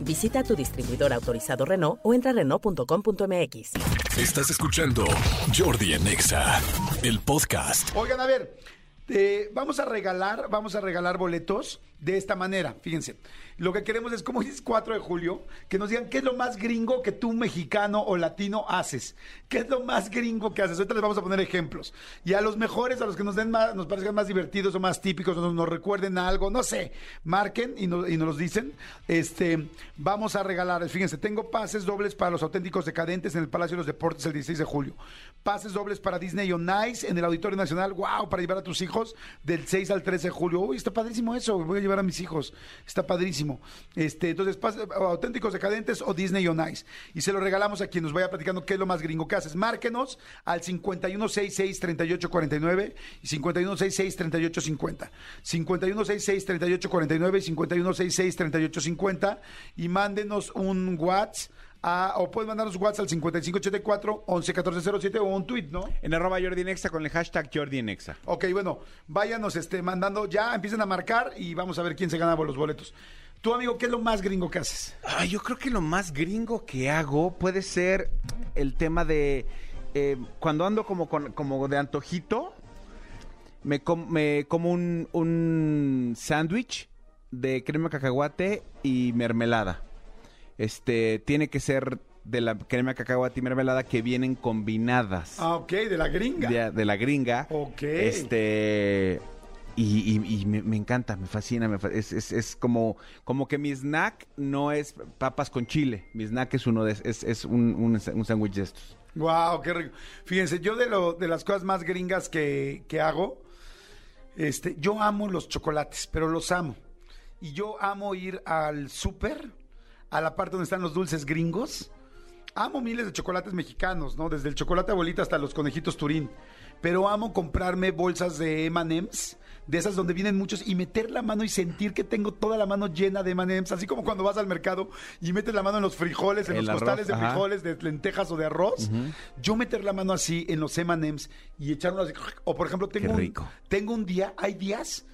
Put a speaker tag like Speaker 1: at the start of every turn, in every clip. Speaker 1: Visita tu distribuidor autorizado Renault o entra a Renault.com.mx.
Speaker 2: Estás escuchando Jordi en Exa, el podcast.
Speaker 3: Oigan, a ver, eh, vamos a regalar, vamos a regalar boletos de esta manera. Fíjense, lo que queremos es como es 4 de julio, que nos digan qué es lo más gringo que tú mexicano o latino haces. ¿Qué es lo más gringo que haces? Ahorita les vamos a poner ejemplos. Y a los mejores, a los que nos den más, nos parezcan más divertidos o más típicos, o nos, nos recuerden a algo, no sé, marquen y, no- y nos los dicen. Este, vamos a regalar, fíjense, tengo pases dobles para los auténticos decadentes en el Palacio de los Deportes el 16 de julio. Pases dobles para Disney on Ice en el Auditorio Nacional, wow, para llevar a tus hijos del 6 al 13 de julio. Uy, está padrísimo eso, voy a llevar a mis hijos, está padrísimo. Este, entonces, pas- auténticos decadentes o Disney on Ice. Y se lo regalamos a quien nos vaya platicando qué es lo más gringo que haces. Márquenos al 5166-3849 y 5166-3850. 5166-3849 y 5166-3850 y mándenos un WhatsApp. a- o pueden mandarnos WhatsApp al 5584 111407 o un tweet, ¿no?
Speaker 4: En arroba Jordi en Exa con el hashtag Jordi en Exa.
Speaker 3: Ok, bueno, váyanos este, mandando ya, empiecen a marcar y vamos a ver quién se gana los boletos. Tú, amigo, ¿qué es lo más gringo que haces?
Speaker 4: Ah, yo creo que lo más gringo que hago puede ser el tema de eh, cuando ando como, con- como de antojito, me, com- me como un, un sándwich de crema de cacahuate y mermelada. Este, tiene que ser de la crema de cacahuate y mermelada que vienen combinadas
Speaker 3: Ah, ok, de la gringa.
Speaker 4: de, de la gringa.
Speaker 3: Ok.
Speaker 4: Este. Y, y- y me, me encanta, me fascina, me fa- es, es- es como, como que mi snack no es papas con chile, mi snack es uno de es, es un, un, un sándwich de estos.
Speaker 3: Wow, qué rico. Fíjense, yo de, lo, de las cosas más gringas que, que hago, este, yo amo los chocolates, pero los amo. Y yo amo ir al súper, a la parte donde están los dulces gringos. Amo miles de chocolates mexicanos, ¿no? Desde el chocolate abuelita hasta los conejitos Turín. Pero amo comprarme bolsas de M&M's, de esas donde vienen muchos, y meter la mano y sentir que tengo toda la mano llena de M&M's. Así como cuando vas al mercado y metes la mano en los frijoles, en
Speaker 4: El
Speaker 3: los
Speaker 4: arroz,
Speaker 3: costales de
Speaker 4: ajá.
Speaker 3: frijoles frijoles, de lentejas o de arroz, yo meter la mano así en los M&M's y echarlo así. O por ejemplo, tengo,
Speaker 4: Qué
Speaker 3: un-
Speaker 4: rico.
Speaker 3: tengo un día, hay días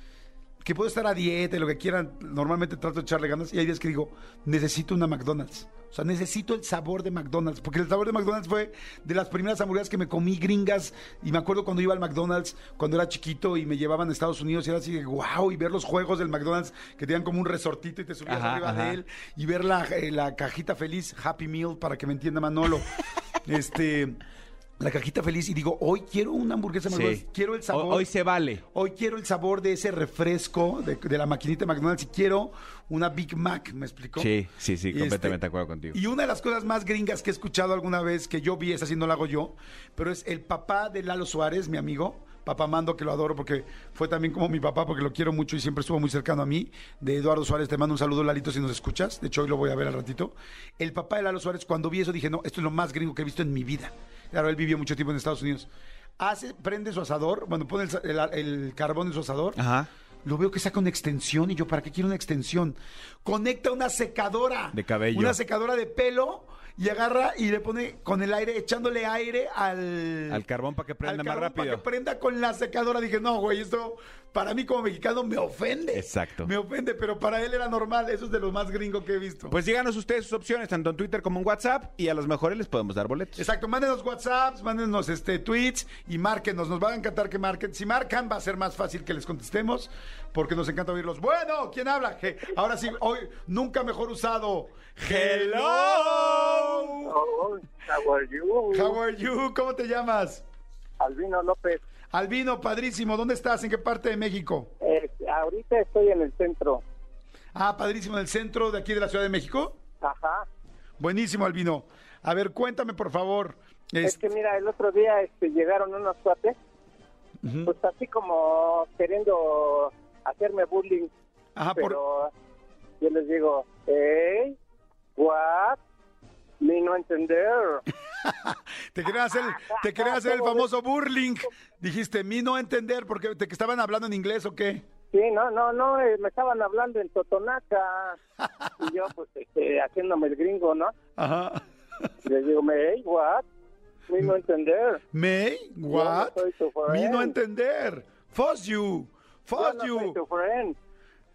Speaker 3: que puedo estar a dieta y lo que quieran, normalmente trato de echarle ganas y hay días que digo, necesito una McDonald's. O sea, necesito el sabor de McDonald's, porque el sabor de McDonald's fue de las primeras hamburguesas que me comí gringas y me acuerdo cuando iba al McDonald's cuando era chiquito y me llevaban a Estados Unidos y era así de wow y ver los juegos del McDonald's que tenían como un resortito y te subías
Speaker 4: Ajá,
Speaker 3: arriba de
Speaker 4: ajá.
Speaker 3: él y ver la, eh, la cajita feliz, Happy Meal, para que me entienda Manolo. este, la cajita feliz y digo, hoy quiero una hamburguesa de McDonald's,
Speaker 4: Sí.
Speaker 3: quiero el
Speaker 4: Hoy,
Speaker 3: sabor.
Speaker 4: hoy se vale.
Speaker 3: Hoy quiero el sabor de ese refresco de, de la maquinita de McDonald's y quiero una Big Mac, ¿me explicó?
Speaker 4: Sí, sí, sí,
Speaker 3: Y este,
Speaker 4: completamente de acuerdo contigo.
Speaker 3: Y una de las cosas más gringas que he escuchado alguna vez, que yo vi, esa sí no la hago yo, pero es el papá de Lalo Suárez, mi amigo, papá Mando, que lo adoro porque fue también como mi papá, porque lo quiero mucho y siempre estuvo muy cercano a mí, de Eduardo Suárez, te mando un saludo, Lalito, si nos escuchas, de hecho hoy lo voy a ver al ratito. El papá de Lalo Suárez, cuando vi eso dije, no, esto es lo más gringo que he visto en mi vida. Claro, él vivió mucho tiempo en Estados Unidos. Hace, prende su asador, bueno, pone el, sa- el- el carbón en su asador,
Speaker 4: Ajá.
Speaker 3: lo veo que saca una extensión y yo, ¿para qué quiero una extensión? Conecta una secadora.
Speaker 4: De cabello.
Speaker 3: Una secadora de pelo y agarra y le pone con el aire, echándole aire al...
Speaker 4: Al carbón para que prenda
Speaker 3: al
Speaker 4: más
Speaker 3: carbón Para
Speaker 4: rápido.
Speaker 3: que prenda con la secadora. Dije, no, güey, esto para mí como mexicano me ofende.
Speaker 4: Exacto.
Speaker 3: Me ofende, pero para él era normal. Eso es de lo más gringo que he visto.
Speaker 4: Pues díganos ustedes sus opciones, tanto en Twitter como en WhatsApp, y a los mejores les podemos dar boletos.
Speaker 3: Exacto, mándenos WhatsApps, mándenos este, tweets y márquenos. Nos va a encantar que marquen. Si marcan, va a ser más fácil que les contestemos porque nos encanta oírlos. Bueno, ¿quién habla? Je- Ahora sí, hoy nunca mejor usado. Hello.
Speaker 5: Oh, how are you?
Speaker 3: How are you? ¿Cómo te llamas?
Speaker 5: Albino López.
Speaker 3: Albino, padrísimo. ¿Dónde estás? ¿En qué parte de México?
Speaker 5: Eh, ahorita estoy en el centro.
Speaker 3: Ah, padrísimo, en el centro de aquí de la Ciudad de México.
Speaker 5: Ajá.
Speaker 3: Buenísimo, Albino. A ver, cuéntame, por favor.
Speaker 5: Es
Speaker 3: Es-
Speaker 5: que mira, el otro día este, llegaron unos cuates, pues así como queriendo hacerme bullying.
Speaker 3: Ajá, Ah, por-
Speaker 5: pero yo les digo, hey, what? Ni no entender.
Speaker 3: Te querían hacer,
Speaker 5: Ah,
Speaker 3: te querían hacer el famoso burling. Dijiste, mí no entender porque te que estaban hablando en inglés o qué.
Speaker 5: Sí, no, no, no, eh, me estaban hablando en Totonaca. Y yo, pues, este, haciéndome el gringo, ¿no?
Speaker 3: Ajá.
Speaker 5: Les digo, me, hey, what? Me no entender.
Speaker 3: May, what?
Speaker 5: soy tu
Speaker 3: Mí no
Speaker 5: friend.
Speaker 3: entender. Fuss you.
Speaker 5: Yo
Speaker 3: Fuss
Speaker 5: no soy
Speaker 3: you.
Speaker 5: tu friend.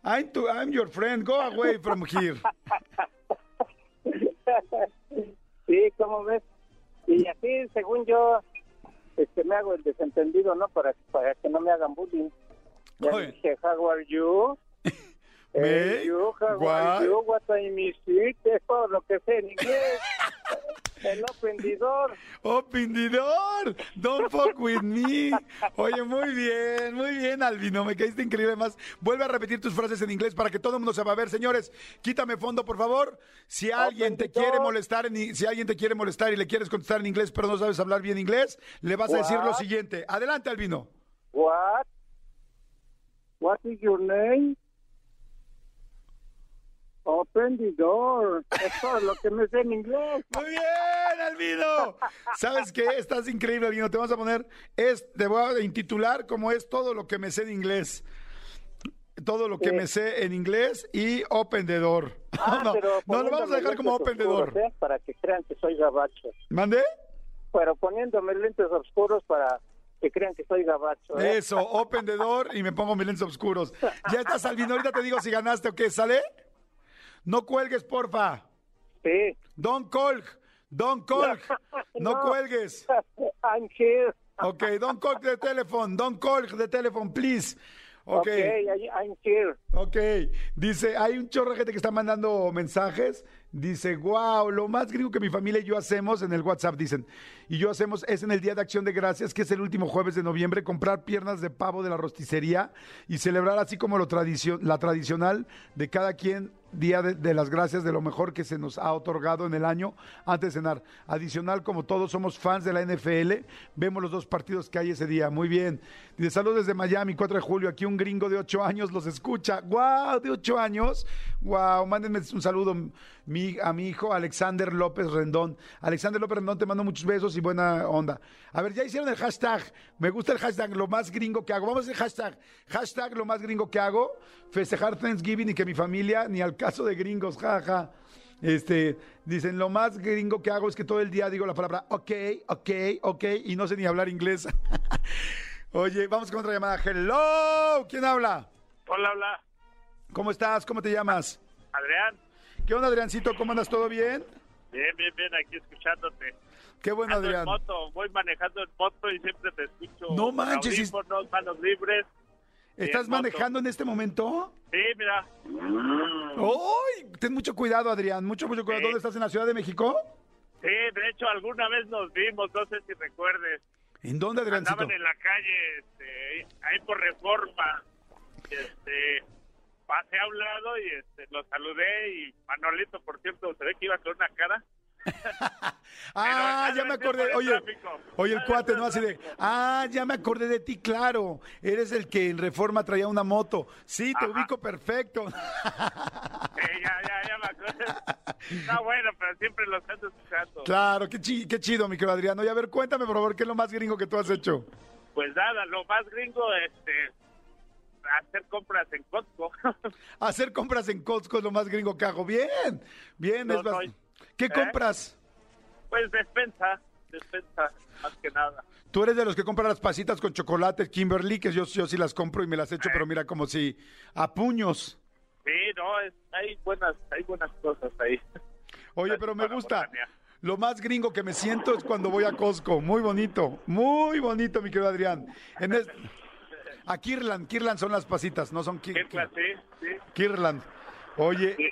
Speaker 3: I'm, to- I'm your friend. Go away from here.
Speaker 5: sí, ¿cómo ves? Y así, según yo, este, me hago el desentendido, ¿no? Para, para que no me hagan bullying. Ya
Speaker 3: Oye.
Speaker 5: dije, how are you?
Speaker 3: Me,
Speaker 5: Hey, you, how
Speaker 3: what?
Speaker 5: are you? What I miss it? Es todo lo que sé en inglés. el aprendidor.
Speaker 3: Opindidor, ¡Oh, don't fuck with me. Oye, muy bien, muy bien, Albino, me caíste increíble. Además, vuelve a repetir tus frases en inglés para que todo el mundo sepa. A ver, señores, quítame fondo, por favor. Si alguien te
Speaker 5: Opindidor.
Speaker 3: quiere molestar, en i- si alguien te quiere molestar y le quieres contestar en inglés, pero no sabes hablar bien inglés, le vas a decir lo
Speaker 5: What?
Speaker 3: siguiente. Adelante, Albino.
Speaker 5: What? What is your name? Open the door. Es todo lo que me sé en inglés.
Speaker 3: Muy bien, Albino. ¿Sabes qué? Estás increíble, Albino. Te vamos a poner, es, te voy a intitular como es todo lo que me sé en inglés. Todo lo que
Speaker 5: Sí.
Speaker 3: me sé en inglés y Open the Door.
Speaker 5: Ah,
Speaker 3: no,
Speaker 5: pero
Speaker 3: no, lo vamos a
Speaker 5: poniéndome
Speaker 3: dejar como
Speaker 5: lentes
Speaker 3: Open the
Speaker 5: oscuros,
Speaker 3: Door.
Speaker 5: ¿eh? Para que crean que soy gabacho.
Speaker 3: ¿Mandé?
Speaker 5: Pero poniéndome lentes oscuros para que crean que soy gabacho. ¿eh?
Speaker 3: Eso, Open the Door y me pongo mis lentes oscuros. Ya estás, Albino. Ahorita te digo si ganaste o qué. ¿Sale? No cuelgues, porfa.
Speaker 5: Sí.
Speaker 3: Don't colg. Don't colg. no
Speaker 5: No.
Speaker 3: cuelgues.
Speaker 5: I'm here.
Speaker 3: Ok, don't call the telephone, don't call the telephone, please. Ok,
Speaker 5: Okay, I- I'm here.
Speaker 3: ok. Dice, hay un chorro de gente que está mandando mensajes. Dice, wow, lo más gringo que mi familia y yo hacemos en el WhatsApp, dicen. Y yo hacemos es en el Día de Acción de Gracias, que es el último jueves de noviembre, comprar piernas de pavo de la rosticería y celebrar así como lo tradicio- la tradicional de cada quien Día de, de las Gracias, de lo mejor que se nos ha otorgado en el año antes de cenar. Adicional, como todos somos fans de la NFL, vemos los dos partidos que hay ese día. Muy bien. Dice, saludos desde Miami, 4 de julio. Aquí un gringo de 8 años los escucha. ¡Guau! De 8 años. ¡Guau! Mándenme un saludo mi- a mi hijo Alexander López Rendón. Alexander López Rendón, te mando muchos besos y buena onda. A ver, ya hicieron el hashtag. Me gusta el hashtag, lo más gringo que hago. Vamos a hacer hashtag. Hashtag, lo más gringo que hago. Festejar Thanksgiving y que mi familia, ni al caso de gringos, jaja. Este, dicen, lo más gringo que hago es que todo el día digo la palabra ok, ok, ok, y no sé ni hablar inglés. Oye, vamos con otra llamada. Hello, ¿quién habla?
Speaker 6: Hola, hola.
Speaker 3: ¿Cómo estás? ¿Cómo te llamas?
Speaker 6: Adrián.
Speaker 3: ¿Qué onda, Adriancito? ¿Cómo andas? ¿Todo bien?
Speaker 6: Bien, bien, bien, aquí escuchándote.
Speaker 3: Qué bueno,
Speaker 6: Ando en
Speaker 3: Adrián.
Speaker 6: moto, voy manejando en moto y siempre te escucho.
Speaker 3: No
Speaker 6: con
Speaker 3: manches, es-
Speaker 6: audífonos, manos libres.
Speaker 3: ¿Estás
Speaker 6: en moto.
Speaker 3: manejando en este momento?
Speaker 6: Sí, mira.
Speaker 3: ¡Ay! Ten mucho cuidado, Adrián. Mucho, mucho cuidado.
Speaker 6: Mm. Sí.
Speaker 3: ¿Dónde estás? ¿En la Ciudad de México?
Speaker 6: Sí, de hecho, alguna vez nos vimos, no sé si recuerdes.
Speaker 3: ¿En dónde, Adriancito?
Speaker 6: Andaban en la calle, este, ahí por reforma. Y, Este, pasé a un lado y este, lo saludé. Y Manolito, por cierto, se ve que iba con una cara.
Speaker 3: Ah,
Speaker 6: Pero,
Speaker 3: ya
Speaker 6: ah,
Speaker 3: me
Speaker 6: no, sí,
Speaker 3: acordé.
Speaker 6: por el
Speaker 3: Oye,
Speaker 6: tráfico.
Speaker 3: oye, el
Speaker 6: Ah,
Speaker 3: cuate,
Speaker 6: por el
Speaker 3: ¿no? Así de,
Speaker 6: tráfico.
Speaker 3: ah, ya me acordé de ti, claro. Eres el que en Reforma traía una moto. Sí, te
Speaker 6: Ajá.
Speaker 3: ubico perfecto.
Speaker 6: Sí, ya, ya, ya me acuerdo. Está bueno, pero siempre los ando escuchando.
Speaker 3: Claro, qué, chi- qué chido, mi querido Adrián. Oye, a ver, cuéntame, por favor, ¿qué es lo más gringo que tú has hecho?
Speaker 6: Pues nada, lo más gringo, este, hacer compras en Costco.
Speaker 3: Hacer compras en Costco es lo más gringo que hago. Bien, bien.
Speaker 6: No
Speaker 3: es bas-
Speaker 6: soy.
Speaker 3: ¿Qué
Speaker 6: ¿Eh?
Speaker 3: compras?
Speaker 6: pues despensa, despensa, más que nada.
Speaker 3: Tú eres de los que compra las pasitas con chocolate, Kimberly, que yo, yo sí las compro y me las
Speaker 6: Eh.
Speaker 3: echo, pero mira, como si a puños.
Speaker 6: Sí, no, es- hay buenas, hay buenas cosas ahí.
Speaker 3: Oye, pero me
Speaker 6: Para
Speaker 3: gusta.
Speaker 6: botanear.
Speaker 3: Lo más gringo que me siento es cuando voy a Costco. Muy bonito, muy bonito, mi querido Adrián. En es- A Kirland, Kirland son las pasitas, no son Ki-
Speaker 6: ¿Qué clase? Sí,
Speaker 3: Kirland. Oye,
Speaker 6: Sí.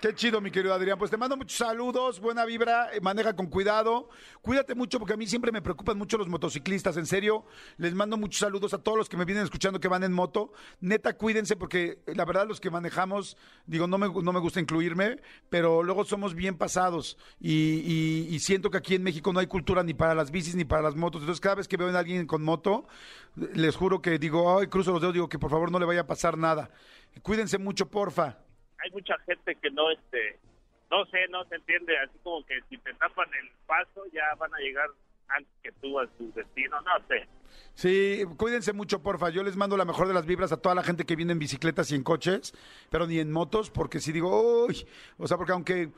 Speaker 3: qué chido, mi querido Adrián. Pues te mando muchos saludos, buena vibra, eh, maneja con cuidado. Cuídate mucho porque a mí siempre me preocupan mucho los motociclistas. En serio, les mando muchos saludos a todos los que me vienen escuchando que van en moto. Neta, cuídense porque eh, la verdad los que manejamos, digo, no me, gu- no me gusta incluirme, pero luego somos bien pasados. Y, y- y siento que aquí en México no hay cultura ni para las bicis ni para las motos. Entonces, cada vez que veo a alguien con moto, les juro que digo, ay, cruzo los dedos, digo que por favor no le vaya a pasar nada. Cuídense mucho, porfa.
Speaker 6: hay mucha gente que no, este, no sé, no se entiende, así como que si te tapan el paso ya van a llegar antes que tú a tu destino, no sé.
Speaker 3: Sí, cuídense mucho, porfa. Yo les mando la mejor de las vibras a toda la gente que viene en bicicletas y en coches, pero ni en motos, porque si digo, uy, o sea, porque aunque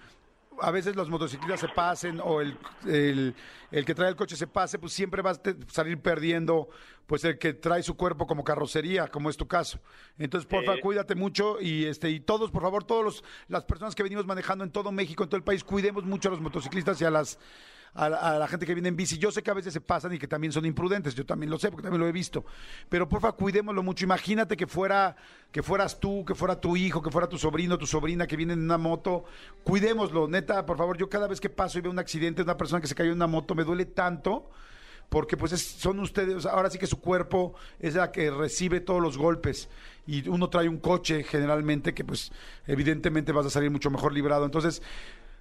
Speaker 3: a veces los motociclistas se pasen o el, el, el que trae el coche se pase, pues siempre va a te- salir perdiendo, pues el que trae su cuerpo como carrocería, como es tu caso. Entonces, porfa,
Speaker 6: Sí.
Speaker 3: cuídate mucho y este y todos, por favor, todos los- las personas que venimos manejando en todo México, en todo el país, cuidemos mucho a los motociclistas y a las a la, a la gente que viene en bici. Yo sé que a veces se pasan y que también son imprudentes, yo también lo sé porque también lo he visto. Pero porfa, cuidémoslo mucho. Imagínate que fuera que fueras tú, que fuera tu hijo, que fuera tu sobrino, tu sobrina que viene en una moto. Cuidémoslo, neta, por favor. Yo cada vez que paso y veo un accidente, una persona que se cayó en una moto, me duele tanto porque pues es- son ustedes, o sea, ahora sí que su cuerpo es la que recibe todos los golpes y uno trae un coche generalmente que pues evidentemente vas a salir mucho mejor librado. Entonces,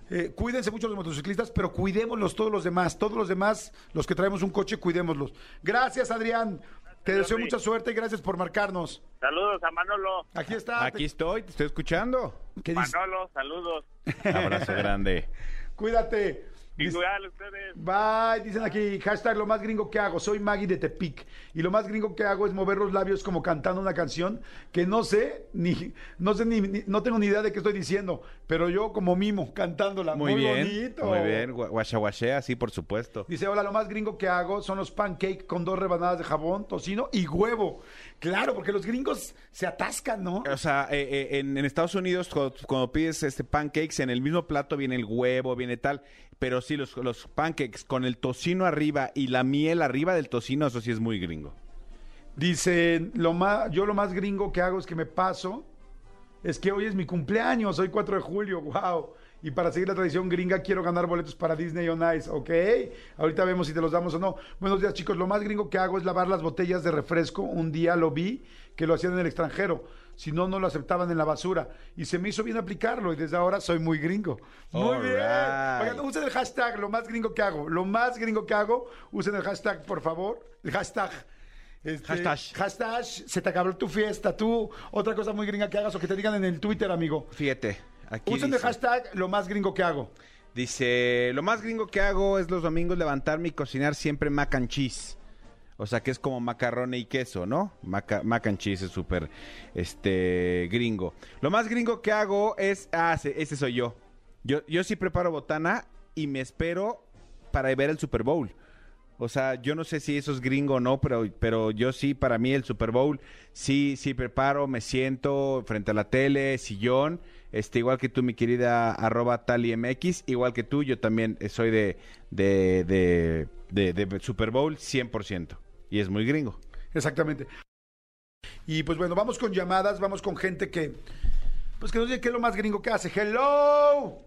Speaker 3: eh, cuídense mucho los motociclistas, pero cuidémoslos todos los demás, todos los demás, los que traemos un coche, cuidémoslos. Gracias Adrián, te deseo
Speaker 6: Jordi.
Speaker 3: mucha suerte y gracias por marcarnos.
Speaker 6: Saludos a Manolo.
Speaker 3: Aquí está.
Speaker 4: Aquí estoy, te estoy escuchando.
Speaker 3: ¿Qué dices?
Speaker 6: Manolo, saludos.
Speaker 4: Abrazo grande.
Speaker 3: Cuídate. Dice-
Speaker 6: Igual ustedes.
Speaker 3: Bye, dicen aquí, hashtag lo más gringo que hago, soy Maggie de Tepic. Y lo más gringo que hago es mover los labios como cantando una canción que no sé, ni, no sé ni, ni- no tengo ni idea de qué estoy diciendo, pero yo como mimo cantándola.
Speaker 4: Muy,
Speaker 3: Muy,
Speaker 4: bien.
Speaker 3: bonito.
Speaker 4: Muy bien. Gua- Guachaguachea, sí, por supuesto.
Speaker 3: Dice, hola, lo más gringo que hago son los pancakes con dos rebanadas de jabón, tocino y huevo. Claro, porque los gringos se atascan, ¿no?
Speaker 4: O sea, eh, eh, en, en Estados Unidos, cuando, cuando pides este pancakes, en el mismo plato viene el huevo, viene tal. Pero sí, los, los pancakes con el tocino arriba y la miel arriba del tocino, eso sí es muy gringo.
Speaker 3: Dicen, lo más, yo lo más gringo que hago es que me paso. Es que hoy es mi cumpleaños, hoy 4 de julio, wow. Y para seguir la tradición gringa quiero ganar boletos para Disney on Ice, ¿ok? Ahorita vemos si te los damos o no. Buenos días chicos, lo más gringo que hago es lavar las botellas de refresco. Un día lo vi que lo hacían en el extranjero, si no, no lo aceptaban en la basura. Y se me hizo bien aplicarlo y desde ahora soy muy gringo. Muy
Speaker 4: All
Speaker 3: bien.
Speaker 4: right.
Speaker 3: Oigan, usen el hashtag, lo más gringo que hago. Lo más gringo que hago, usen el hashtag, por favor. El hashtag. Este,
Speaker 4: Hashtag.
Speaker 3: hashtag, se te acabó tu fiesta. Tú, otra cosa muy gringa que hagas o que te digan en el Twitter, amigo.
Speaker 4: Fíjate. Aquí
Speaker 3: Usen el
Speaker 4: dice-
Speaker 3: hashtag lo más gringo que hago.
Speaker 4: Dice, lo más gringo que hago es los domingos levantarme y cocinar siempre mac and cheese. O sea, que es como macarrone y queso, ¿no? Maca- mac and cheese es súper este, gringo. Lo más gringo que hago es... Ah, sí, ese soy yo. yo. Yo sí preparo botana y me espero para ver el Super Bowl. O sea, yo no sé si eso es gringo o no, pero, pero yo sí, para mí el Super Bowl, sí, sí preparo, me siento frente a la tele, sillón, este, igual que tú, mi querida arroba talimx, igual que tú, yo también eh, soy de, de, de, de- de Super Bowl 100%. Y es muy gringo.
Speaker 3: Exactamente. Y pues bueno, vamos con llamadas, vamos con gente que. Pues que nos dice qué es lo más gringo que hace. ¡Hello!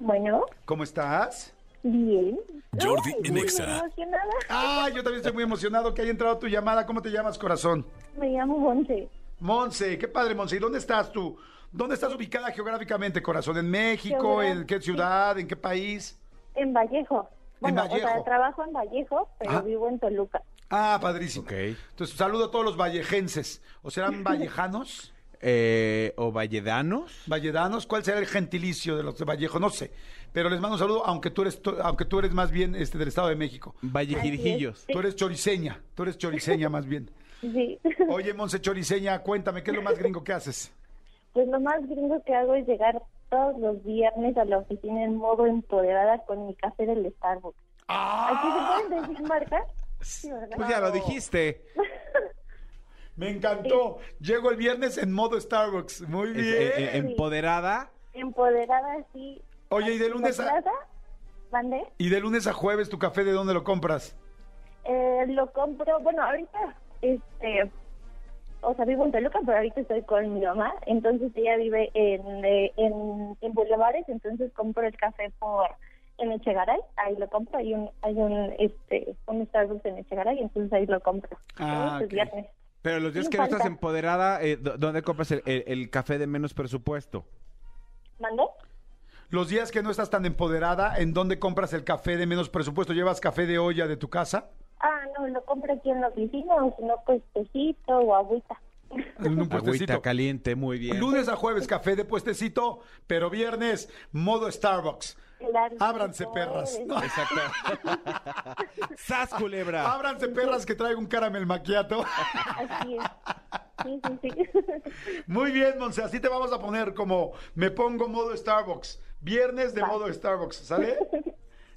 Speaker 7: Bueno,
Speaker 3: ¿Cómo estás?
Speaker 7: bien.
Speaker 2: Jordi
Speaker 7: Ay,
Speaker 2: en
Speaker 7: muy
Speaker 2: Exa.
Speaker 7: emocionada.
Speaker 3: Ah, yo también estoy muy emocionado que haya entrado tu llamada. ¿Cómo te llamas, corazón?
Speaker 7: Me llamo Monse.
Speaker 3: Monse, qué padre, Monse. ¿Y dónde estás tú? ¿Dónde estás ubicada geográficamente, corazón? ¿En México? ¿En qué ciudad? ¿En qué país?
Speaker 7: En Vallejo. Bueno,
Speaker 3: Vallejo.
Speaker 7: o sea, trabajo en Vallejo, pero
Speaker 3: Ah.
Speaker 7: vivo en Toluca.
Speaker 3: Ah, padrísimo.
Speaker 4: Ok.
Speaker 3: Entonces, saludo a todos los vallejenses. ¿O serán vallejanos?
Speaker 4: Eh, ¿O Valledanos?
Speaker 3: ¿Valledanos? ¿Cuál será el gentilicio de los de Vallejo? No sé. Pero les mando un saludo, aunque tú eres, to- aunque tú eres más bien este, del Estado de México.
Speaker 4: Vallejirijillos.
Speaker 3: Tú eres choriceña. Tú eres choriceña más bien.
Speaker 7: Sí.
Speaker 3: Oye, Monse Choriceña, cuéntame, ¿qué es lo más gringo que haces?
Speaker 7: Pues lo más gringo que hago es llegar todos los viernes a la oficina en modo empoderada con mi café del Starbucks. ¿Aquí se pueden decir marcas? Sí, ¿verdad?
Speaker 4: Pues ya lo dijiste.
Speaker 3: Me encantó. Llego el viernes en modo Starbucks. Muy
Speaker 4: Es- eh, eh,
Speaker 3: bien.
Speaker 4: empoderada.
Speaker 7: Empoderada, sí.
Speaker 3: Oye, ¿y de
Speaker 7: Aquí en
Speaker 3: lunes
Speaker 7: la
Speaker 3: a-
Speaker 7: plaza, ¿Mande?
Speaker 3: ¿Y de lunes a jueves tu café de dónde lo compras?
Speaker 7: Eh, lo compro, bueno, ahorita, este, o sea, vivo en Toluca, pero ahorita estoy con mi mamá, entonces ella vive en, eh, en, en Bulevares, entonces compro el café por en Echegaray, ahí lo compro, hay un, hay un, este, un Starbucks en Echegaray, entonces ahí lo compro.
Speaker 3: Ah,
Speaker 7: Todos los
Speaker 3: ok.
Speaker 7: viernes.
Speaker 4: Pero los días
Speaker 7: Sin
Speaker 4: que no estás
Speaker 7: falta.
Speaker 4: empoderada, eh, ¿dó- ¿dónde compras el- el- el café de menos presupuesto?
Speaker 7: ¿Mandé?
Speaker 3: Los días que no estás tan empoderada, ¿en dónde compras el café de menos presupuesto? ¿Llevas café de olla de tu casa?
Speaker 7: Ah, no, lo compro aquí en la oficina, o si no, pues tecito o agüita.
Speaker 3: En un
Speaker 4: Agüita
Speaker 3: puestecito.
Speaker 4: caliente, muy bien.
Speaker 3: Lunes a jueves, café de puestecito, pero viernes, modo Starbucks.
Speaker 7: Claro,
Speaker 3: Ábranse,
Speaker 7: no,
Speaker 3: perras.
Speaker 7: es-
Speaker 3: No,
Speaker 4: ¡Sas, culebra!
Speaker 3: ábranse, perras, que traigo un caramel maquiato.
Speaker 7: Así es. Sí, sí, sí.
Speaker 3: Muy bien, Monse, así te vamos a poner como me pongo modo Starbucks. Viernes de modo Starbucks, ¿sale?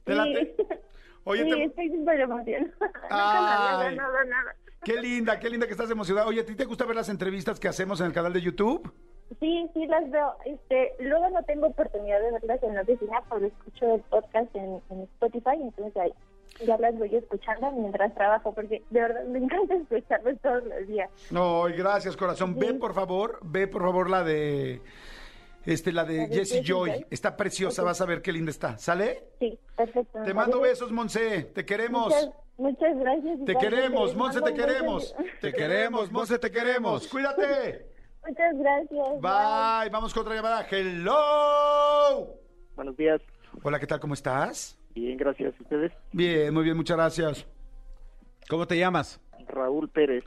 Speaker 3: ¿Te late?
Speaker 7: Sí.
Speaker 3: Oye,
Speaker 7: sí,
Speaker 3: te-
Speaker 7: estoy súper emocionada.
Speaker 3: Ay.
Speaker 7: Nunca me había ganado nada.
Speaker 3: qué linda, qué linda que estás emocionada. Oye, ¿a ti te gusta ver las entrevistas que hacemos en el canal de YouTube?
Speaker 7: Sí, sí, las veo. Este, luego no tengo oportunidad de verlas en la oficina, pero escucho el podcast en, en Spotify, entonces ahí ya las voy escuchando mientras trabajo, porque de verdad me encanta escucharlas todos los días.
Speaker 3: No, ay, gracias, corazón. Ve, por favor, ve, por favor, la de... Este, la de
Speaker 7: La de
Speaker 3: Jessie
Speaker 7: Jessie
Speaker 3: Joy.
Speaker 7: Joy.
Speaker 3: Está preciosa, vas a ver qué linda está. ¿Sale?
Speaker 7: Sí, perfecto.
Speaker 3: Te mando
Speaker 7: Gracias.
Speaker 3: besos, Monse. Te queremos.
Speaker 7: Muchas, muchas gracias.
Speaker 3: Te
Speaker 7: igualmente.
Speaker 3: queremos,
Speaker 7: Les
Speaker 3: Monse, te
Speaker 7: mando muchos-
Speaker 3: queremos. Te
Speaker 4: Te
Speaker 3: queremos,
Speaker 4: queremos,
Speaker 3: Monse, te queremos. Cuídate.
Speaker 7: Muchas gracias.
Speaker 3: Bye. Vamos con otra llamada. Hello.
Speaker 5: Buenos días.
Speaker 3: Hola, ¿qué tal? ¿Cómo estás?
Speaker 5: Bien, gracias. ¿Ustedes?
Speaker 3: Bien, muy bien, muchas gracias.
Speaker 4: ¿Cómo te llamas?
Speaker 5: Raúl Pérez.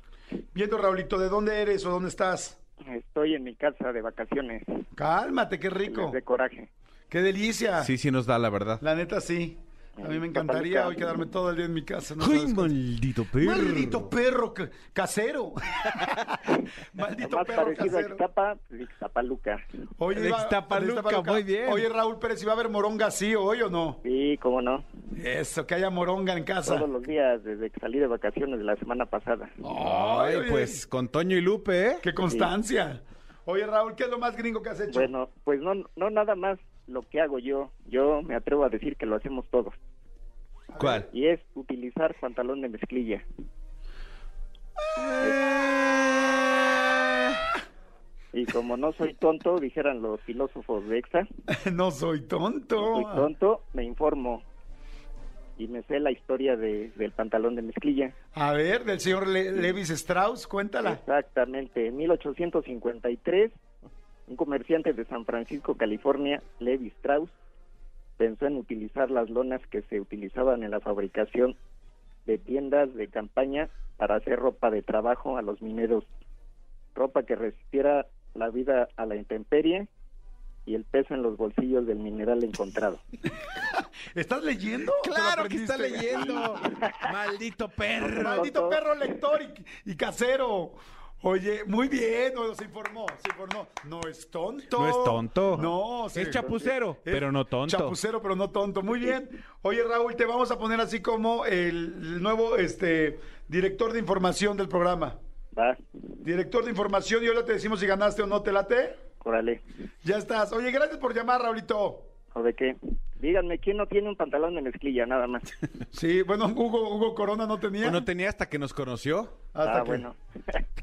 Speaker 3: Viendo, Raulito, ¿de dónde eres o dónde estás?
Speaker 5: Estoy en mi casa de vacaciones.
Speaker 3: Cálmate, qué rico.
Speaker 5: Les De coraje.
Speaker 3: Qué delicia.
Speaker 4: Sí, sí nos da la verdad.
Speaker 3: La neta, sí. A mí me encantaría
Speaker 5: Papalica.
Speaker 3: hoy quedarme todo el día en mi casa. no
Speaker 4: ¡Ay,
Speaker 3: sabes cuánto.
Speaker 4: maldito
Speaker 3: Maldito perro ca- casero.
Speaker 5: Lo
Speaker 3: Maldito
Speaker 5: más
Speaker 3: perro
Speaker 5: parecido a
Speaker 3: casero.
Speaker 5: Ixtapa, pues, Ixtapaluca.
Speaker 3: Oye,
Speaker 4: De
Speaker 3: iba-
Speaker 4: Ixtapaluca, muy bien.
Speaker 3: Oye, Raúl Pérez, ¿y va a haber moronga sí hoy o no?
Speaker 5: Sí, cómo no.
Speaker 3: Eso, que haya moronga en casa.
Speaker 5: Todos los días desde que salí de vacaciones de la semana pasada.
Speaker 3: Ay,
Speaker 4: Ay,
Speaker 3: oye,
Speaker 4: pues con Toño y Lupe, ¿eh?
Speaker 3: Qué constancia. Oye, Raúl, ¿qué es lo más gringo que has hecho?
Speaker 5: Bueno, pues no, no nada más lo que hago yo. Yo me atrevo a decir que lo hacemos todos.
Speaker 4: ¿Cuál?
Speaker 5: Y es utilizar pantalón de mezclilla.
Speaker 3: Eh,
Speaker 5: Y como no soy tonto, dijeran los filósofos de EXA,
Speaker 3: no soy tonto.
Speaker 5: soy tonto, me informo. Y me sé la historia de, del pantalón de mezclilla.
Speaker 3: A ver, del señor Le- Levis Strauss, cuéntala.
Speaker 5: Exactamente. En 1853, un comerciante de San Francisco, California, Levi Strauss, pensó en utilizar las lonas que se utilizaban en la fabricación de tiendas de campaña para hacer ropa de trabajo a los mineros. Ropa que resistiera la vida a la intemperie y el peso en los bolsillos del mineral encontrado.
Speaker 3: ¿Estás leyendo? ¿Te lo
Speaker 4: Claro que está
Speaker 3: aprendiste?
Speaker 4: leyendo. Maldito perro.
Speaker 3: Maldito perro lector y, y casero. Oye, muy bien, o- se informó, se informó. No es tonto.
Speaker 4: No es tonto.
Speaker 3: No, sí.
Speaker 4: Es chapucero,
Speaker 3: Es
Speaker 4: pero no tonto.
Speaker 3: Chapucero, pero no tonto. Muy bien. Oye, Raúl, te vamos a poner así como el nuevo este director de información del programa.
Speaker 5: Va,
Speaker 3: Director de información, y ahora te decimos si ganaste o no, ¿te late?
Speaker 5: órale.
Speaker 3: Ya estás. Oye, gracias por llamar, Raulito.
Speaker 5: ¿O de qué? Díganme, ¿quién no tiene un pantalón de mezclilla? Nada más.
Speaker 3: Sí, bueno, Hugo, Hugo Corona no tenía.
Speaker 4: No tenía hasta que nos conoció.
Speaker 3: hasta
Speaker 5: ah,
Speaker 3: que-
Speaker 5: bueno.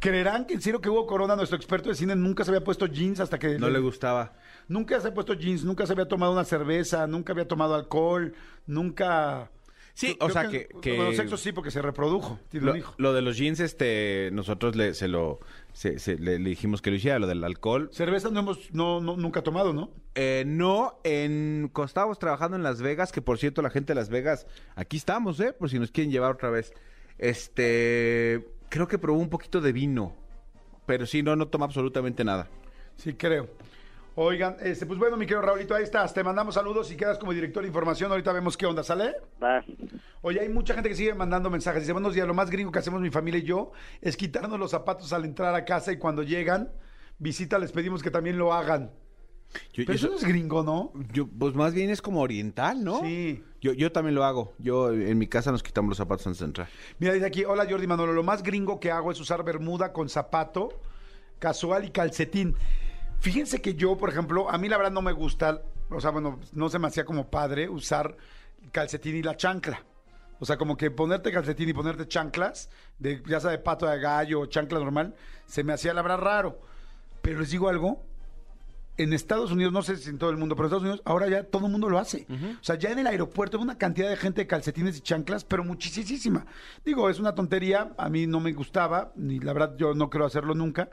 Speaker 3: ¿Creerán que en serio que Hugo Corona, nuestro experto de cine, nunca se había puesto jeans hasta que...
Speaker 4: No le gustaba.
Speaker 3: Nunca se ha puesto jeans, nunca se había tomado una cerveza, nunca había tomado alcohol, nunca...
Speaker 4: Sí,
Speaker 3: Creo
Speaker 4: o sea que- que-
Speaker 3: Bueno, sexo sí, porque se reprodujo, tiene
Speaker 4: Lo,
Speaker 3: un hijo.
Speaker 4: lo de los jeans, este, nosotros le, se lo, se- se- le, le dijimos que lo hiciera, lo del alcohol.
Speaker 3: Cerveza no hemos, no, no- nunca tomado, ¿no?
Speaker 4: Eh, no, en cuando estábamos trabajando en Las Vegas, que por cierto, la gente de Las Vegas, aquí estamos, ¿eh? Por si nos quieren llevar otra vez. Este, creo que probó un poquito de vino, pero sí, no, no toma absolutamente nada.
Speaker 3: Sí, creo. Oigan, este, pues bueno, mi querido Raulito, ahí estás. Te mandamos saludos y quedas como director de información. Ahorita vemos qué onda, ¿sale?
Speaker 5: Va.
Speaker 3: Oye, hay mucha gente que sigue mandando mensajes. Dice, buenos días, lo más gringo que hacemos mi familia y yo es quitarnos los zapatos al entrar a casa y cuando llegan, visita, les pedimos que también lo hagan. Pero
Speaker 4: Yo- yo
Speaker 3: eso
Speaker 4: so-
Speaker 3: no es gringo, ¿no?
Speaker 4: Yo, pues más bien es como oriental, ¿no?
Speaker 3: Sí.
Speaker 4: Yo, yo también lo hago. Yo en mi casa nos quitamos los zapatos antes de entrar.
Speaker 3: Mira, dice aquí, hola Jordi Manolo, lo más gringo que hago es usar bermuda con zapato casual y calcetín. Fíjense que yo, por ejemplo, a mí la verdad no me gusta, o sea, bueno, no se me hacía como padre usar calcetín y la chancla. O sea, como que ponerte calcetín y ponerte chanclas, de, ya sea de pato de gallo o chancla normal, se me hacía la verdad raro. Pero les digo algo, en Estados Unidos, no sé si en todo el mundo, pero en Estados Unidos ahora ya todo el mundo lo hace. O sea, ya en el aeropuerto hay una cantidad de gente de calcetines y chanclas, pero muchísima. Digo, es una tontería, a mí no me gustaba, ni la verdad yo no quiero hacerlo nunca,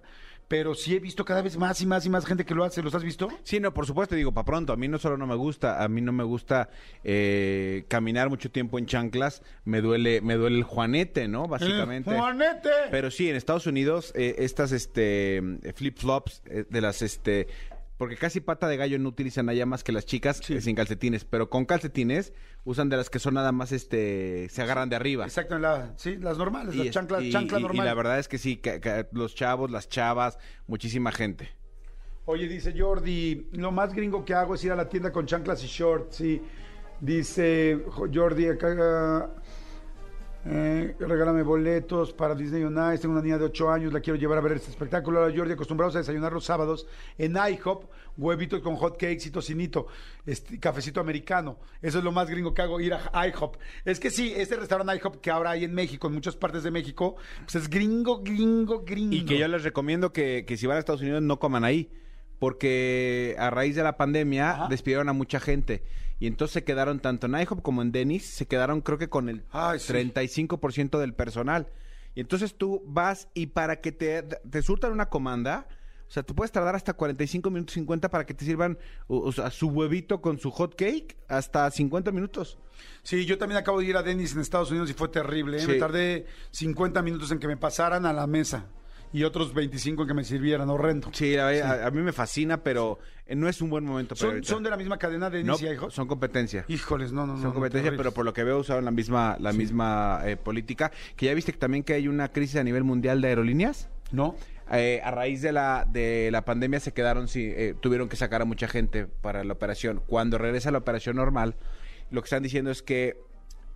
Speaker 3: pero sí he visto cada vez más y más y más gente que lo hace. ¿Los has visto?
Speaker 4: Sí, no, por supuesto, digo, para pronto, a mí no solo no me gusta, a mí no me gusta eh, caminar mucho tiempo en chanclas, me duele, me duele el juanete, ¿no? Básicamente.
Speaker 3: Eh, ¡Juanete!
Speaker 4: Pero sí, en Estados Unidos, eh, estas este flip flops de las este. Porque casi pata de gallo no utilizan allá más que las chicas eh, sin calcetines, pero con calcetines usan de las que son nada más este. se agarran de arriba.
Speaker 3: Exacto, en la- sí, las normales,
Speaker 4: Y
Speaker 3: las
Speaker 4: es-
Speaker 3: chanclas,
Speaker 4: y-
Speaker 3: chancla
Speaker 4: y- y
Speaker 3: normal.
Speaker 4: la verdad es que sí, ca- ca- los chavos, las chavas, muchísima gente.
Speaker 3: Oye, dice Jordi, lo más gringo que hago es ir a la tienda con chanclas y shorts, sí. Dice jo- Jordi, acá, eh, regálame boletos para Disney on Ice, tengo una niña de 8 años, la quiero llevar a ver este espectáculo. Ahora Jordi, acostumbrados a desayunar los sábados en IHOP, huevitos con hot cakes y tocinito, este, cafecito americano. Eso es lo más gringo que hago, ir a IHOP. Es que sí, este restaurante IHOP que ahora hay en México, en muchas partes de México, pues es gringo, gringo, gringo.
Speaker 4: Y que yo les recomiendo que, que si van a Estados Unidos no coman ahí. Porque a raíz de la pandemia
Speaker 3: Ajá.
Speaker 4: despidieron a mucha gente. Y entonces se quedaron tanto en IHOP como en Dennis, se quedaron creo que con el
Speaker 3: Ay, sí.
Speaker 4: 35% del personal. Y entonces tú vas y para que te, te surtan una comanda, o sea, tú puedes tardar hasta 45 minutos 50 para que te sirvan o- o sea, su huevito con su hot cake hasta 50 minutos.
Speaker 3: Sí, yo también acabo de ir a Dennis en Estados Unidos y fue terrible. ¿eh?
Speaker 4: Sí.
Speaker 3: Me tardé 50 minutos en que me pasaran a la mesa y otros 25 en que me sirvieran, horrendo.
Speaker 4: Sí, a, a- a mí me fascina, pero eh, no es un buen momento para
Speaker 3: ¿Son,
Speaker 4: ahorita.
Speaker 3: son de la misma cadena de
Speaker 4: No,
Speaker 3: Dennis y IHOP?
Speaker 4: son competencia.
Speaker 3: Híjoles, no, no, no.
Speaker 4: Son
Speaker 3: no,
Speaker 4: competencia,
Speaker 3: terribles.
Speaker 4: pero por lo que veo usaron la misma, la misma eh, política. Que ya viste que también que hay una crisis a nivel mundial de aerolíneas.
Speaker 3: ¿No?
Speaker 4: Eh, a raíz de la, de la pandemia se quedaron, sí, eh, tuvieron que sacar a mucha gente para la operación. Cuando regresa la operación normal, lo que están diciendo es que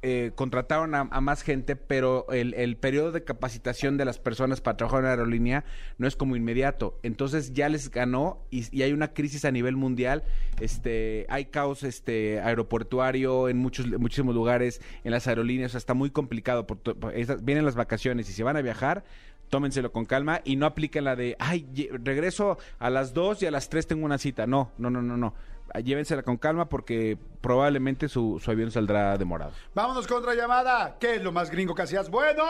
Speaker 4: eh, contrataron a, a más gente, pero el, el periodo de capacitación de las personas para trabajar en la aerolínea no es como inmediato. Entonces ya les ganó y, y hay una crisis a nivel mundial. Este, hay caos este, aeroportuario en muchos, en muchísimos lugares, en las aerolíneas. O sea, está muy complicado. por to- por esas- vienen las vacaciones y si van a viajar, tómenselo con calma y no apliquen la de, ay, ye- regreso a las 2 y a las 3 tengo una cita. No, no, no, no, no. Llévensela con calma porque probablemente su, su avión saldrá demorado.
Speaker 3: Vámonos con otra llamada. ¿Qué es lo más gringo que hacías? Bueno.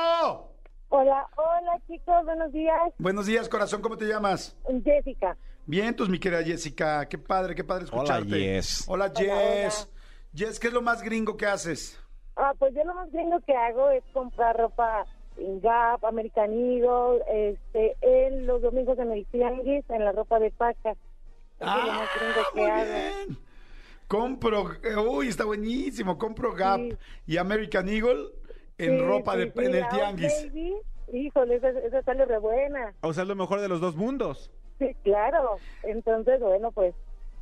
Speaker 7: Hola, hola chicos, buenos días.
Speaker 3: Buenos días, corazón, ¿cómo te llamas?
Speaker 7: Jessica.
Speaker 3: Bien, tus mi querida Jessica. Qué padre, qué padre
Speaker 4: Hola,
Speaker 3: escucharte.
Speaker 4: Jess.
Speaker 3: Hola,
Speaker 7: Hola,
Speaker 3: Jess. Jess, ¿qué es lo más gringo que haces?
Speaker 7: Ah, pues yo lo más gringo que hago es comprar ropa en Gap, American Eagle, este, en los domingos en el tianguis, en la ropa de paca. Eso es lo más gringo que
Speaker 3: Ah, muy
Speaker 7: hago.
Speaker 3: bien. Compro, eh, uy, está buenísimo. Compro Gap
Speaker 7: Sí.
Speaker 3: y American Eagle en
Speaker 7: Sí, pues
Speaker 3: ropa
Speaker 7: sí,
Speaker 3: de,
Speaker 7: sí,
Speaker 3: en
Speaker 7: la
Speaker 3: el
Speaker 7: Old
Speaker 3: tianguis.
Speaker 7: Navy, Híjole, esa, esa sale re buena.
Speaker 4: O sea, es lo mejor de los dos mundos.
Speaker 7: Sí, claro. Entonces, bueno, pues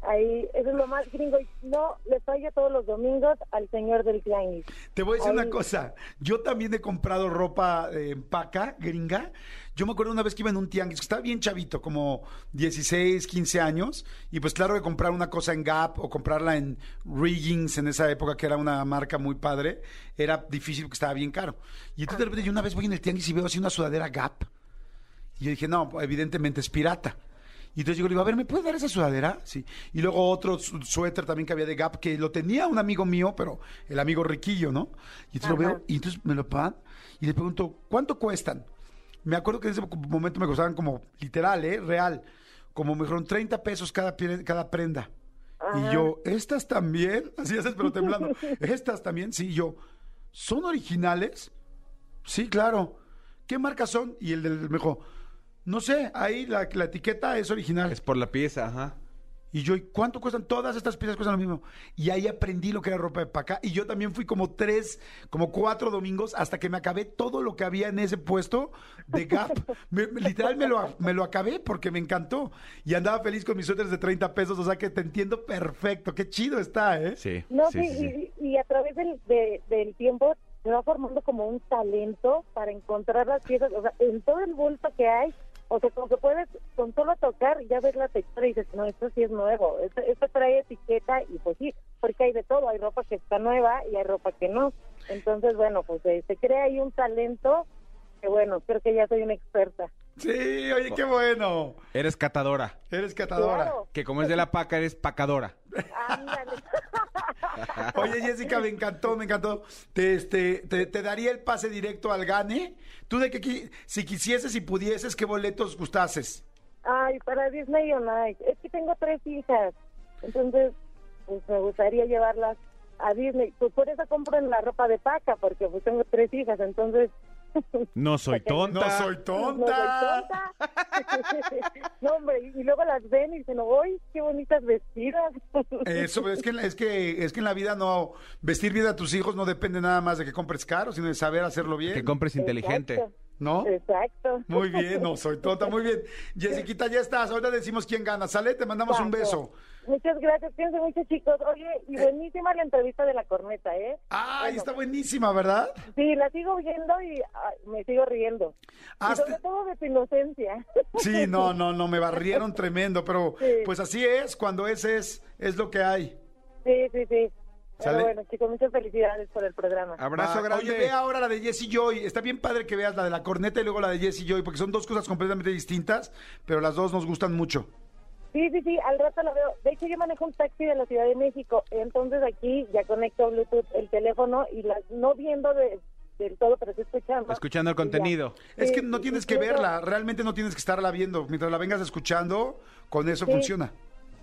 Speaker 7: ahí, eso es lo más gringo. Y No le falla todos los domingos al señor del tianguis.
Speaker 3: Te voy a decir una
Speaker 7: Ay.
Speaker 3: cosa. Yo también he comprado ropa eh, en paca, gringa. Yo me acuerdo una vez que iba en un tianguis, que estaba bien chavito, como 16, 15 años. Y pues claro que comprar una cosa en Gap o comprarla en Riggings en esa época, que era una marca muy padre, era difícil porque estaba bien caro. Y entonces de
Speaker 7: Ah.
Speaker 3: repente yo una vez voy en el tianguis y veo así una sudadera Gap. Y yo dije, no, evidentemente es pirata. Y entonces yo le digo, a ver, ¿me puede dar esa sudadera? Sí. Y luego otro su- suéter también que había de Gap, que lo tenía un amigo mío, pero el amigo riquillo, ¿no? Y entonces lo
Speaker 7: Ajá.
Speaker 3: veo, y entonces me lo pagan, y le pregunto, ¿cuánto cuestan? Me acuerdo que en ese momento me costaban como, literal, ¿eh? Real. Como me dijeron, 30 pesos cada, pie- cada prenda. Y yo, ¿estas también? Así haces, pero temblando. ¿Estas también? Sí, y yo, ¿son originales? Sí, claro. ¿Qué marcas son? Y el del me dijo, no sé, ahí la, la etiqueta es original.
Speaker 4: Es por la pieza, ajá.
Speaker 3: Y yo, ¿y ¿cuánto cuestan? Todas estas piezas cuestan lo mismo. Y ahí aprendí lo que era ropa de paca. Y yo también fui como tres, como cuatro domingos hasta que me acabé todo lo que había en ese puesto de Gap. Me- me- literal me lo, me lo acabé porque me encantó. Y andaba feliz con mis suéteres de 30 pesos. O sea que te entiendo perfecto. Qué chido está, ¿eh?
Speaker 4: Sí.
Speaker 7: No,
Speaker 4: sí,
Speaker 7: sí,
Speaker 4: sí, sí.
Speaker 7: Y, y a través del, de- del tiempo se va formando como un talento para encontrar las piezas, o sea, en todo el bulto que hay, o sea, como que puedes con solo tocar ya ves la textura y dices, no, esto sí es nuevo, esto, esto trae etiqueta y pues sí, porque hay de todo, hay ropa que está nueva y hay ropa que no. Entonces, bueno, pues eh, se crea ahí un talento que bueno, creo que ya soy una experta.
Speaker 3: Sí, oye, qué bueno.
Speaker 4: Eres catadora.
Speaker 3: Eres catadora.
Speaker 7: Claro.
Speaker 4: Que como es de la paca, eres pacadora.
Speaker 7: Ándale.
Speaker 3: Oye, Jessica, me encantó, me encantó. Te, este, te, te daría el pase directo al Gane. Tú de que qui- si quisieses y pudieses, ¿qué boletos gustases?
Speaker 7: Ay, para Disney on Ice. Es que tengo tres hijas. Entonces, pues me gustaría llevarlas a Disney. Pues por eso compro en la ropa de paca, porque pues tengo tres hijas. Entonces, pues,
Speaker 8: No soy tonta.
Speaker 3: No soy
Speaker 7: no
Speaker 3: tonta.
Speaker 7: soy tonta. no, hombre, y luego las ven y dicen, ¡ay, qué bonitas vestidas!
Speaker 3: Eso, es que, es, que, es que en la vida no. Vestir bien a tus hijos no depende nada más de que compres caro, sino de saber hacerlo bien.
Speaker 4: Que compres inteligente.
Speaker 7: Exacto,
Speaker 3: ¿No?
Speaker 7: Exacto.
Speaker 3: Muy bien, no soy tonta, muy bien. Jessiquita, ya estás. Ahora decimos quién gana. Sale, te mandamos un beso. Eh.
Speaker 7: Muchas gracias, pienso mucho, chicos. Oye, y buenísima la entrevista de la corneta, ¿eh?
Speaker 3: Ay,
Speaker 7: Bueno,
Speaker 3: Ah, está buenísima, ¿verdad?
Speaker 7: Sí, la sigo oyendo y ay, me sigo riendo. Y
Speaker 3: Hazte-
Speaker 7: sobre todo de tu inocencia.
Speaker 3: Sí, no, no, no, me barrieron tremendo, pero
Speaker 7: Sí.
Speaker 3: pues así es, cuando es, es, es lo que hay.
Speaker 7: Sí, sí, sí.
Speaker 3: ¿Sale?
Speaker 7: Pero bueno, chicos, muchas felicidades por el programa.
Speaker 4: Abrazo
Speaker 3: Va,
Speaker 4: grande.
Speaker 3: Oye, ve ahora la de Jesse Joy. Está bien padre que veas la de la corneta y luego la de Jesse Joy, porque son dos cosas completamente distintas, pero las dos nos gustan mucho.
Speaker 7: Sí, sí, sí, al rato la veo. De hecho, yo manejo un taxi de la Ciudad de México. Entonces aquí ya conecto Bluetooth el teléfono y las no viendo de, del todo, pero sí escuchando.
Speaker 4: Escuchando el
Speaker 7: Y ya.
Speaker 4: contenido.
Speaker 3: Es
Speaker 7: Sí,
Speaker 3: que no
Speaker 7: y-
Speaker 3: tienes
Speaker 7: y
Speaker 3: que
Speaker 7: luego-
Speaker 3: verla, realmente no tienes que estarla viendo. Mientras la vengas escuchando, con eso
Speaker 7: Sí.
Speaker 3: funciona.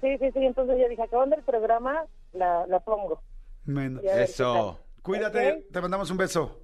Speaker 7: Sí, sí, sí. Entonces yo dije, acabando el programa, la, la pongo.
Speaker 3: Bueno, eh,
Speaker 7: Y a ver qué
Speaker 4: Eso.
Speaker 3: Cuídate,
Speaker 7: Ok.
Speaker 3: te mandamos un beso.
Speaker 7: tal.